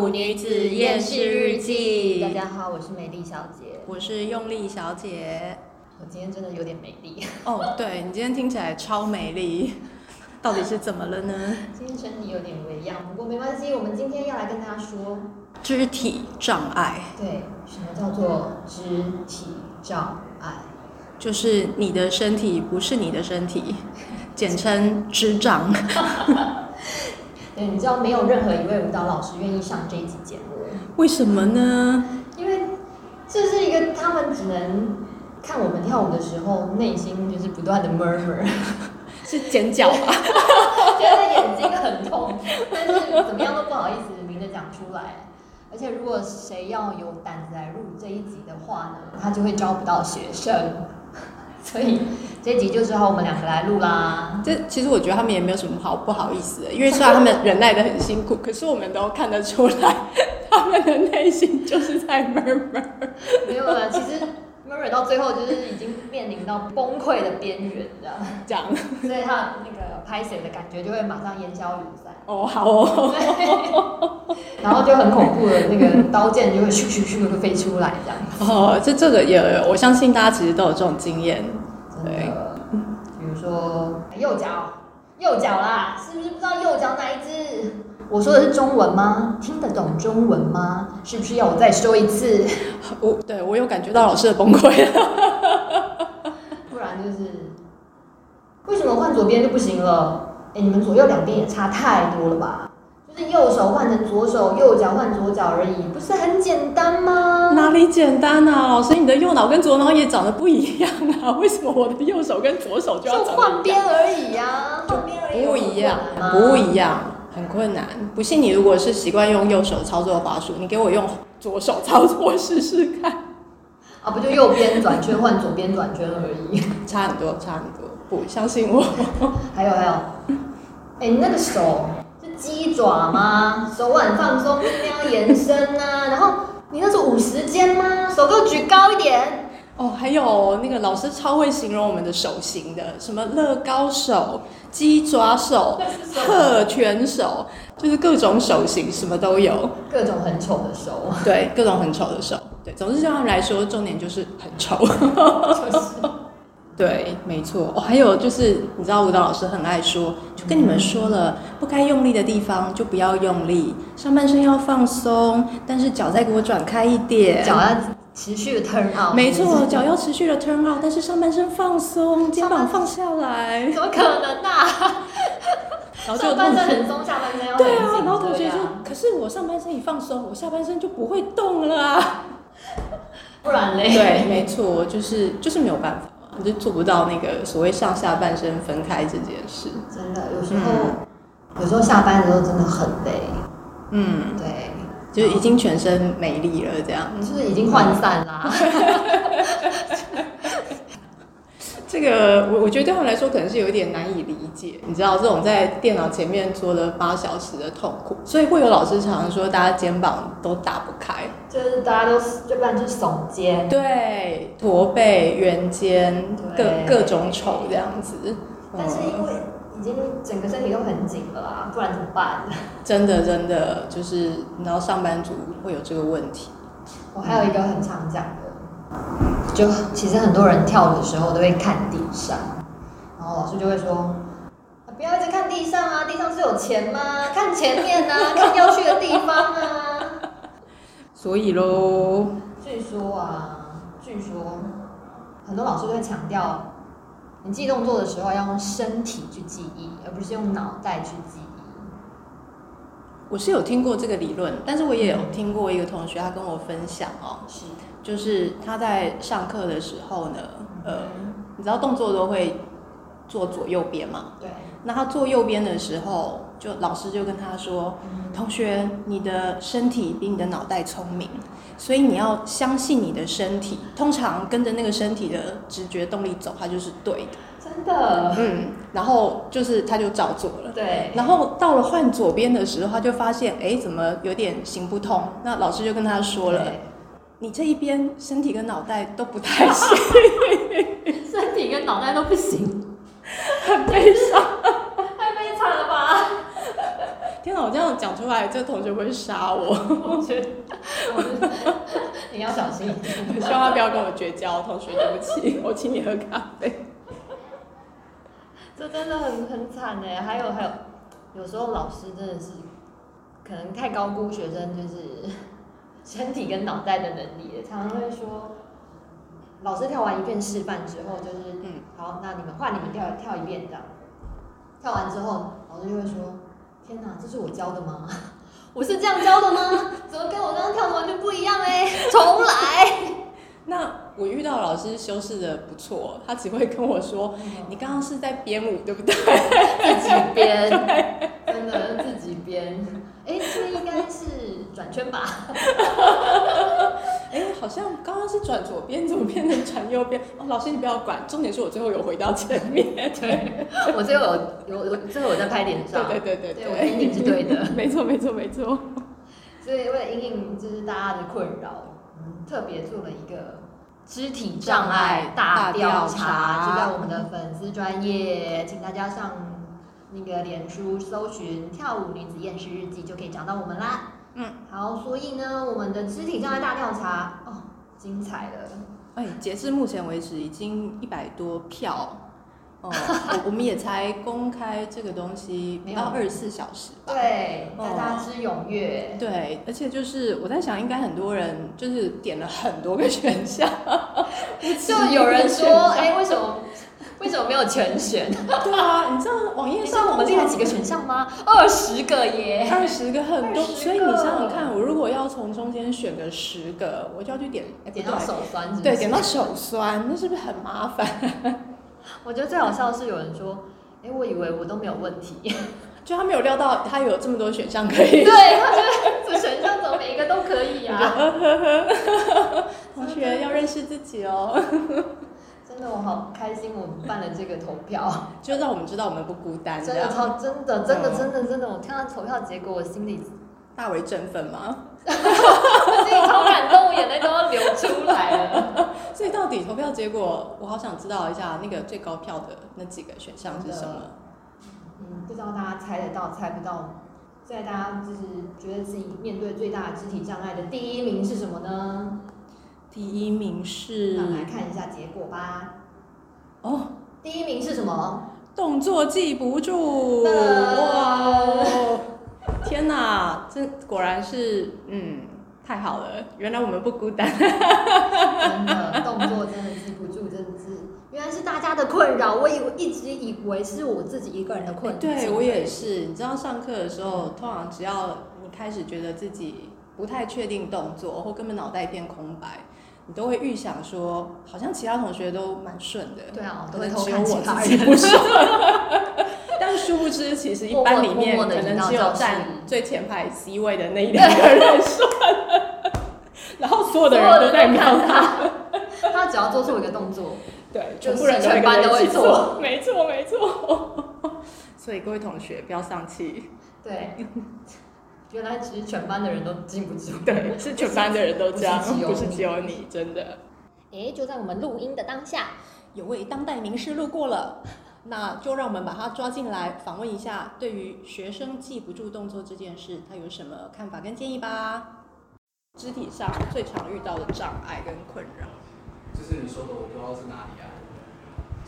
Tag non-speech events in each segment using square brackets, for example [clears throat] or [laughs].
舞女子厌世日记大家好，我是美丽小姐。我是用力小姐。我今天真的有点美丽，哦，对你今天听起来超美丽，到底是怎么了呢？ [laughs] 今天身体有点微恙，不过没关系。我们今天要来跟大家说，肢体障碍对，什么叫做肢体哎障碍？就是你的身体不是你的身体，简称肢障。对，你知道没有任何一位舞蹈老师愿意上这一集节目，为什么呢？因为这是一个他们只能看我们跳舞的时候，内心就是不断的 murmur。是尖叫吧？觉得眼睛很痛， [laughs] 但是怎么样都不好意思明着讲出来。而且如果谁要有胆子来录这一集的话呢，他就会招不到学生。所以这一集就只好我们两个来录 [laughs] 啦。 [laughs] 这其实我觉得他们也没有什么好不好意思的，因为虽然他们忍耐的很辛苦，可是我们都看得出来， [laughs] 他们的内心就是在闷闷。没有了，其实 Murray 到最后就是已经面临到崩溃的边缘了，这样。所以他那个拍谁的感觉就会马上烟消云散。 [laughs] 哦，好哦，对然后就很恐怖的那个刀剑就会咻咻咻的飞出来，这样哦，这这个也，我相信大家其实都有这种经验。真的，比如说右脚，右脚啦，是不是不知道右脚哪一只？我说的是中文吗？听得懂中文吗？是不是要我再说一次？ [laughs] 我对我有感觉到老师的崩溃 [laughs] 了。不然就是为什么换左边就不行了？哎，你们左右两边也差太多了吧？就是右手换成左手，右脚换左脚而已，不是很简单吗？哪里简单啊，老师，你的右脑跟左脑也长得不一样啊，为什么我的右手跟左手就要就长得换边而已呀、换边而已，不一样有很困难吗？不一样，很困难。不信你如果是习惯用右手操作滑鼠，你给我用左手操作试试看，啊，不就右边转圈换左边转圈而已。差很多，差很多。不相信我，还有还有，哎、你那个手是鸡爪吗？手腕放松，这边要延伸啊。然后你那是五十肩吗？手给我举高一点。哦，还有那个老师超会形容我们的手型的，什么乐高手、鸡爪手、鹤拳手，就是各种手型什么都有，各种很丑的手，啊对，各种很丑的手，对，总之对他们来说，重点就是很 [laughs] 丑。就是对，没错。哦，还有就是，你知道舞蹈老师很爱说，就跟你们说了，不该用力的地方就不要用力，上半身要放松，但是脚再给我转开一点。脚要持续的 turn out。没错，脚要持续的 turn out，但是上半身放 [laughs] 松，肩膀放下来，怎么可能啊？然后就上半身很松，下半身要很紧。对啊，然后同学对啊说，可是我上半身一放松，我下半身就不会动了啊。不然嘞？ [laughs] 对，没错，就是就是没有办法。你就做不到那个所谓上下半身分开这件事。真的有时候，有时候下班的时候真的很累。嗯，对，就是已经全身没力了，这样。就是已经涣散啦、这个我我觉得对他们来说可能是有一点难以理解，你知道这种在电脑前面坐了八小时的痛苦，所以会有老师常常说大家肩膀都打不开，就是大家都，要不然就是耸肩。对，驼背、圆肩，各对各种丑这样子。但是因嗯为已经整个身体都很紧了啦，不然怎么办？真的真的就是，你知道上班族会有这个问题，我还有一个很常讲的，就其实很多人跳舞的时候都会看地上，然后老师就会说。啊不要一直看地上啊，地上是有钱吗？看前面啊，看要去的地方啊。所以喽，据说啊，据说很多老师都会强调，你记动作的时候要用身体去记忆，而不是用脑袋去记忆。我是有听过这个理论，但是我也有听过一个同学他跟我分享哦，是，就是他在上课的时候呢，呃，你知道动作都会做左右边嘛？对，那他做右边的时候，就老师就跟他说：“同学，你的身体比你的脑袋聪明，所以你要相信你的身体。通常跟着那个身体的直觉动力走，它就是对的。真”的，嗯，然后就是他就照做了。对，然后到了换左边的时候，他就发现，哎，怎么有点行不通？那老师就跟他说了。你这一边身体跟脑袋都不太行， [laughs] 对，身体跟脑袋都不行，很悲伤。 [laughs] 太悲惨了吧？天哪，我这样讲出出来，这同学会 [laughs] 杀我，我觉得我 [laughs] 是你要小心一点。希望他不要跟我绝交。同学，对不起，我请你喝咖啡。这真的很很惨哎。还有还有，有时候老师真的是可能太高估学生就是 [laughs] 身体跟脑袋的能力了，常常会说，老师跳完一遍示范之后，就是嗯好，那你们换你们跳跳一遍这样。跳完之后，老师就会说：“天哪，这是我教的吗？ [laughs] 我是这样教的吗？怎么跟我刚刚跳的完全不一样 [laughs] 嘞？重来。那我遇到老师修饰的不错，他只会跟我说：“你刚刚是在编舞，对不对自己编， [laughs] 真的自己编。哎、这个应该是转圈吧？？”哎，好像刚刚是转左边，怎么变成转右边？ [laughs] 哦，老师你不要管，重点是我最后有回到前面。对 [laughs] 我最后有有有，最后我在拍脸上，对对对啊对我的阴影是对的。 [laughs] 没错没错没错。所以为了因应就是大家的困扰，我们特别做了一个肢体障碍大调大调查查，就在我们的粉丝专业，请大家上那个脸书搜寻“跳舞女子厌世日记”就可以找到我们啦。嗯，好，所以呢，我们的肢体障碍大调查哦，精彩了。哎，截至目前为止已经一百多票，哦、我我们也才公开这个东西不没有到二十四小时吧。对，哦大家之踊跃，对，而且就是我在想，应该很多人就是点了很多个 [laughs] 选项， [laughs] 就有人说， [laughs] 哎、为什么为什么没有全选？对啊，你知道网页你知上道我们列了几个选项吗？二十个耶！二十个很多， 20个所以你想想看，我如果要从中间选个十个，我就要去点，哎、不点到对，手酸是不是对，点到手酸，那是不是很麻烦？我觉得最好笑的是有人说，哎、我以为我都没有问 [laughs] 题，就他没有料到他有这么多选项可以对，他觉得这选项怎么每一个都可以 [laughs] 啊？同嗯学要认识自己哦。 [laughs] 真的，我好开心，我办了这个投票，就让我们知道我们不孤单，真这的样超真的真的真的真的，我看到投票结果，我心 [laughs] 里大为振奋嘛。我心里超感动，我眼泪都要流出来 [laughs] 了。所以到底投票结果，我好想知道一下那个最高票的那几个选项是什么。嗯，不知道大家猜得到猜不到，在大家就是觉得自己面对最大的肢体障碍的第一名是什么呢？第一名是那我们来看一下结果吧。哦，第一名是什么？动作记不住，哇噔哦！天哪，这果然是嗯，太好了，原来我们不孤单。真的动作真的记不住，真的是原来是大家的困扰。我以为一直以为是我自己一个人的困扰、哎对我也是，你知道上课的时候，通常只要你开始觉得自己不太确定动作，或根本脑袋一片空白，你都会预想说，好像其他同学都蛮顺的，对啊，我都可会偷能只有看其他我自己人。 [laughs] 不顺。但殊不知，其实一班里面默默默默可地能移到只有教室站最前排 C 位的那一两 [laughs] 个人顺，然后所有的人都在瞄看他，他，他只要做错一个动作，对，就全是部人都会全班跟都着会一起做做，没错没错。 [laughs] 所以各位同学不要丧气。对，原来其实全班的人都记不住。 [laughs] 对，是全班的人都这样，不不是是只只有你，真的。哎，就在我们录音的当下，有位当代名师路过了，那就让我们把他抓进来访问一下，对于学生记不住动作这件事，他有什么看法跟建议吧？肢体上最常遇到的障碍跟困扰，就是你说的，我不知道是哪里啊。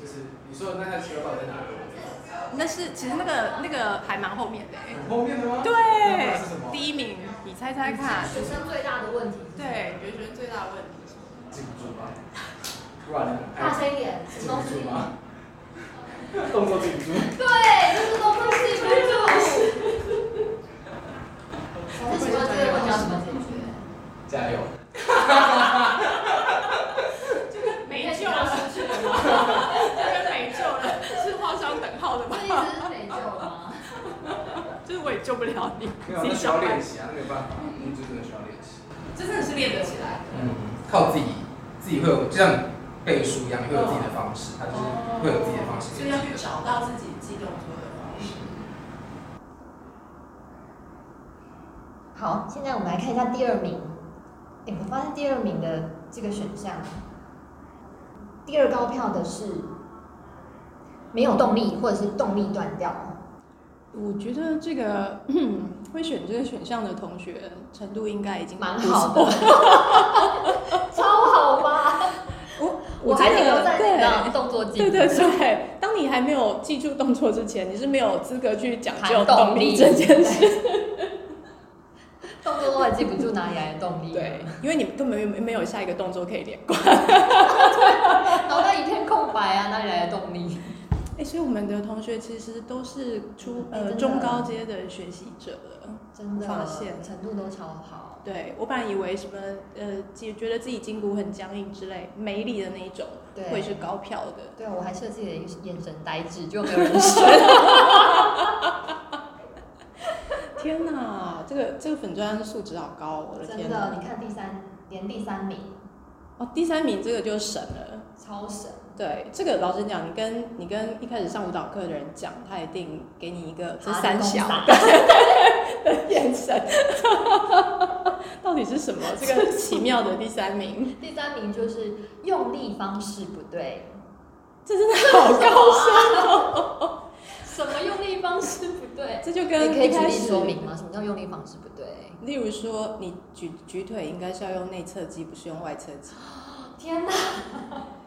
就是你说的那台奇怪到底在哪里？我不知道那是其实那个那个还蛮后面的、很后面的吗？那不然是什么？第一名，你猜猜看，学生最大的问题，，对，你觉得学生最大的问 [laughs] 题是什么？记不住吗？不然呢？大声一点，记哎什不么东住西？吗？ [laughs] 动作记不住。对，就是动作记不住。那请问这个问题要怎么解决？加油！没救了， [laughs] 这个没救了，是画上等号的这意思是没救了吗？就是我也救不了你，没有，那需要练习啊，那没有办法，那就真的需要练习。这真的是练得起来。嗯，靠自己，自己会有，就像背书一样，会有自己的方式，它就是哦会有自己的方式所以练要习。去找到自己记动作的方式。好，现在我们来看一下第二名。哎，我发现第二名的这个选项，第二高票的是没有动力，或者是动力断掉。我觉得这个 [clears throat] 会选这个选项的同学程度应该已经蛮不好错的。， [laughs] 超好吧？我我还觉停留得在对那个动作记对对对，当你还没有记住动作之前，你是没有资格去讲究谈动力力这件 [laughs] 事。事，动作都还记不住，哪里来的动力？啊对，，因为你根本没没有下一个动作可以连贯。脑袋一片空白啊，哪里来的动力？哎，所以我们的同学其实都是初哎真呃的中高阶的学习者了。 [laughs] 真的，发现程度都超好。对我本来以为什么呃，己觉得自己筋骨很僵硬之类没力的那一种对，会是高票的。对，啊我还设计了一个眼神呆滞，就没有 [laughs] 人说。天哪，这个这个粉砖素质好高，哦我的真天的，哪！你看第三，连第三名，哦，第三名这个就神了。超神。对，这个老实讲，你跟你跟一开始上舞蹈课的人讲，他一定给你一个这哈三小哈的眼神，到底是什么？这个奇妙的第三名，第三名就是用力方式不对，这真的 [laughs] 好高深。什么用力方式不对？这就你 [laughs] 跟可以一举开例始说明吗？什么叫用力方式不对？例如说，你举举腿应该是要用内侧肌，不是用外侧肌。天哪，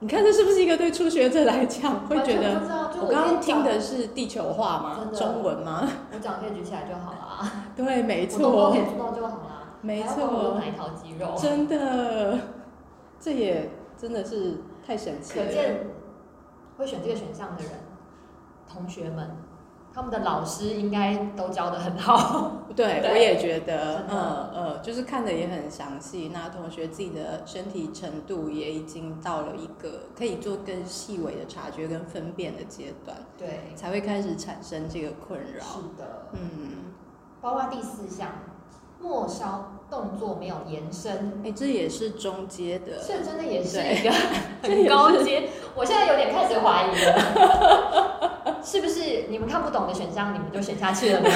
你看这是不是一个对初学者来讲会完觉全得 [laughs] 不？知道。就我刚今天刚听早的是地球话吗真？的中文吗？ [laughs] 我脚可以举起来就好了啊，对，没我动作错可，以做到就好了。没还要管我用错哪，一条肌肉？真的，这也真的是太神奇可了。见会选这个选项的人，同学们，他们的老师应该都教的很 [laughs] 好。对，对我也觉得真，的嗯呃，就是看的也很详细。那同学自己的身体程度也已经到了一个可以做更细微的察觉跟分辨的阶段，对，才会开始产生这个困扰。是的，嗯，包括第四项，末梢动作没有延伸，哎、这也是中阶的，这真的也是对一 [laughs] 个这也很是高阶。我现在有点开始怀疑了， [laughs] 是不是你们看不懂的选项，你们就选下去了呢？ [laughs]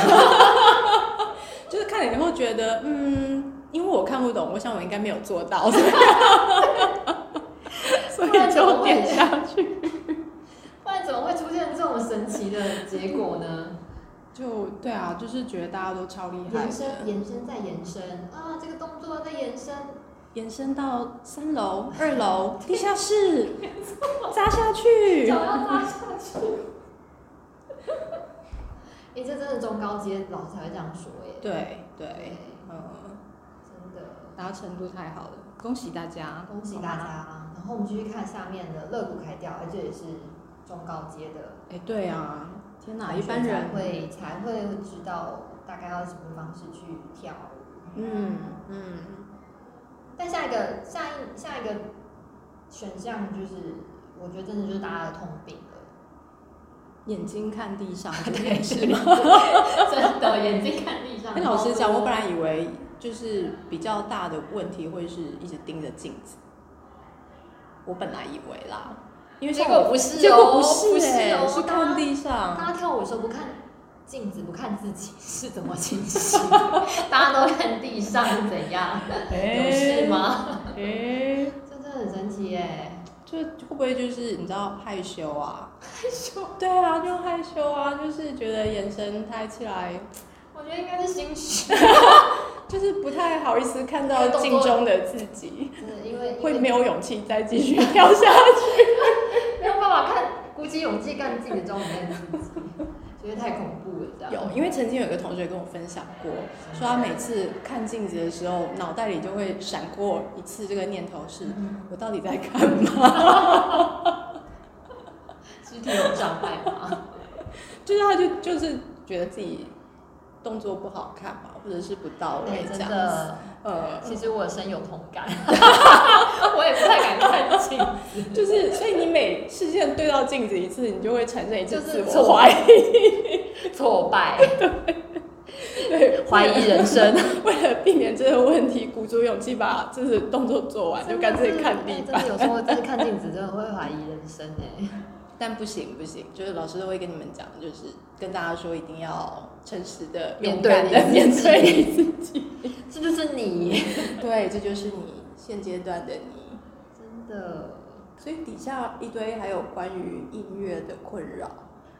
就是看了以后觉得，嗯，因为我看不懂，我想我应该没有做 [laughs] 到，所以所以不然怎么就会点下去。不然怎么会出现这种神奇的结果呢？ [laughs] 就对啊，就是觉得大家都超厉害延的，伸、延伸再延伸啊，这个动作再延伸，延伸到三楼、二 [laughs] 楼、地下室，扎下 [laughs] 去 [laughs] 脚。要拉下去。哎、这真的中高阶老师才会这样说耶。对对对，，嗯，真的，达成度太好了，恭喜大家，恭喜大好吗！家。然后我们继续看下面的肋骨开掉，哎，这也是中高阶的，哎，对啊，天哪，同一学般才人，会才会知道大概要什么方式去跳舞。嗯嗯，但下一个下一下一个选项就是，我觉得真的就是大家的通病了。眼睛看地 [laughs] 上，这对，件事吗？真的，眼睛看地上。哎，老实讲，我本来以为就是比较大的问题会是一直盯着镜子，我本来以为啦，因为结像果我不是哦，结果不不是哎、哦，是大看家地上，大家跳舞的时候不看镜子，不看自己是怎么情形？ [laughs] 大家都看地上怎样？有事？吗？哎、这真的很神奇哎！就会不会就是你知道害羞啊？害羞？对啊，就害羞啊，就是觉得眼神抬起来，我觉得应该是心虚，就是不太好意思看到镜中的自己，真的因为会因为没有勇气再继续跳下 [laughs] 去。没有办法看，鼓起勇气看自己的照片，自己觉得太恐怖了这样。有，因为曾经有一个同学跟我分享过，说他每次看镜子的时候，脑袋里就会闪过一次这个念头是：嗯我到底在干 [laughs] 嘛？肢体有障碍 [laughs] 吗？就是他就就是觉得自己动作不好看嘛，或者是不到对，位这哎真样。的。呃，其实我深有同感， [laughs] 我也不太敢看镜子，就是，所以你每视线对到镜子一次，你就会产生一次就自是我怀疑，挫败， [laughs] 对， [laughs] 怀疑人生，为了。为了避免这个问题，鼓足勇气把就是动作做完，就干脆看地真板的。有时候真的看镜子，真的会怀疑人生哎。但不行不行，就是老师都会跟你们讲，就是跟大家说一定要诚实的、面勇对敢的你面自己对你自己。这就是你， [laughs] 对，这就是你现阶段的你。真的。所以底下一堆还有关于音乐的困扰，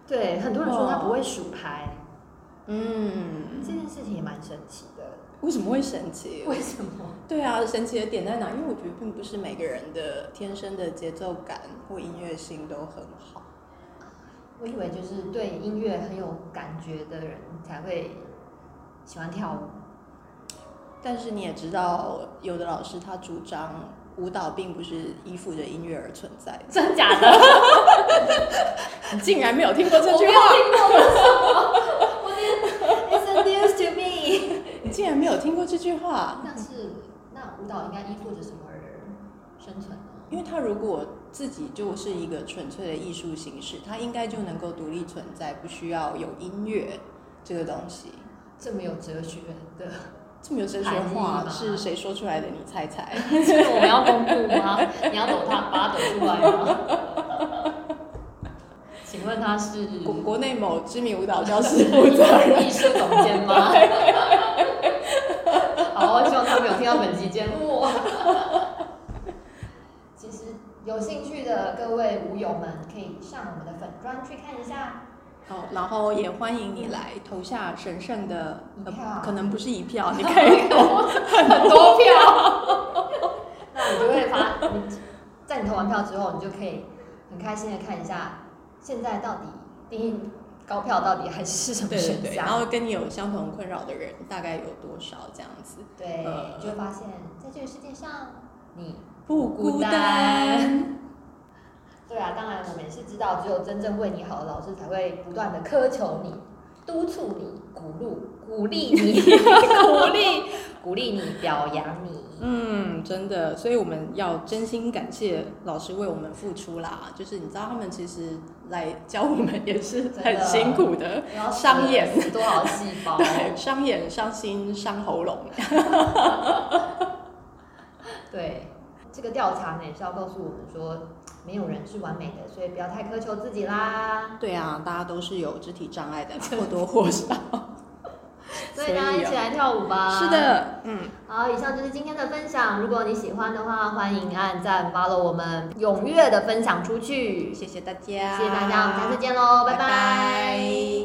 对，很多人说他不会数拍，嗯这，件事情也蛮神奇的。为什么会神奇？为什么？对啊，神奇的点在哪？因为我觉得并不是每个人的天生的节奏感或音乐性都很好。我以为就是对音乐很有感觉的人才会喜欢跳舞。但是你也知道，有的老师他主张舞蹈并不是依附着音乐而存在 [laughs] 的。真假的？你竟然没有听过这我没句有话？听过这是什么？我连 It's news to me。你竟然没有听过这句话？但是那舞蹈应该依附着什么而生存呢？因为他如果自己就是一个纯粹的艺术形式，他应该就能够独立存在，不需要有音乐这个东西。这么有哲学的，这么有哲学含义话吗是谁说出来的？你猜猜？这个我们要公布吗？你要抖他，把他抖出来吗？请问他是国国内某知名 [laughs] 舞蹈教 [laughs] 室负责人。艺术总监吗？ [laughs] 好，希望他没有听到本期节目。其实有兴趣的各位舞友们，可以上我们的粉专去看一下。哦，然后也欢迎你来投下神圣的，一呃票可能不是一 [laughs] 票，你可以投很多票， [laughs] 那你就会发，你在你投完票之后，你就可以很开心的看一下，现在到底第一高票到底还是什么对对选对，然项？后跟你有相同困扰的人大概有多少这样子，对，呃你就会发现，在这个世界上，你不孤孤单单。对啊，当然我们也是知道，只有真正为你好的老师才会不断的苛求你、督促你、鼓励、鼓励 [laughs] 你、鼓励、鼓励你、表扬你。嗯，真的，所以我们要真心感谢老师为我们付出啦。就是你知道，他们其实来教我们也是真的很辛苦的，然后商演死多少细胞？对，伤眼、伤心、伤喉咙。对，这个调查呢也是要告诉我们说，没有人是完美的，所以不要太苛求自己啦。对啊，大家都是有肢体障碍的，或多或少。所以大家一起来跳舞吧。是。的，嗯，好，以上就是今天的分享。如果你喜欢的话，欢迎按赞、follow 我们，踊跃的分享出去。谢谢大家，谢谢大家，我们下次见喽，拜拜拜